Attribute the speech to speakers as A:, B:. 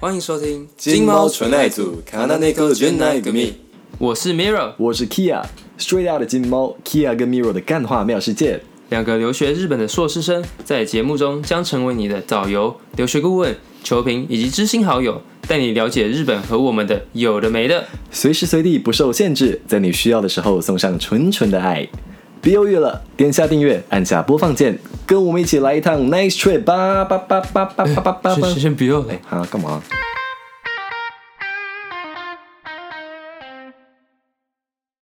A: 欢迎收听《
B: 金猫纯爱组卡纳内克真爱革命》，
A: 我是 Miro，
B: 我是 Kia。straight out 的金猫 Kia 跟 Miro 的干话妙世界，
A: 两个留学日本的硕士生，在节目中将成为你的导游、留学顾问、球评以及知心好友，带你了解日本和我们的有的没的。
B: 随时随地不受限制，在你需要的时候送上纯纯的爱。别犹豫了，点下订阅，按下播放键，跟我们一起来一趟 Nice Trip 吧吧吧吧吧吧吧吧吧！
A: 先先不要嘞。
B: 啊，干嘛？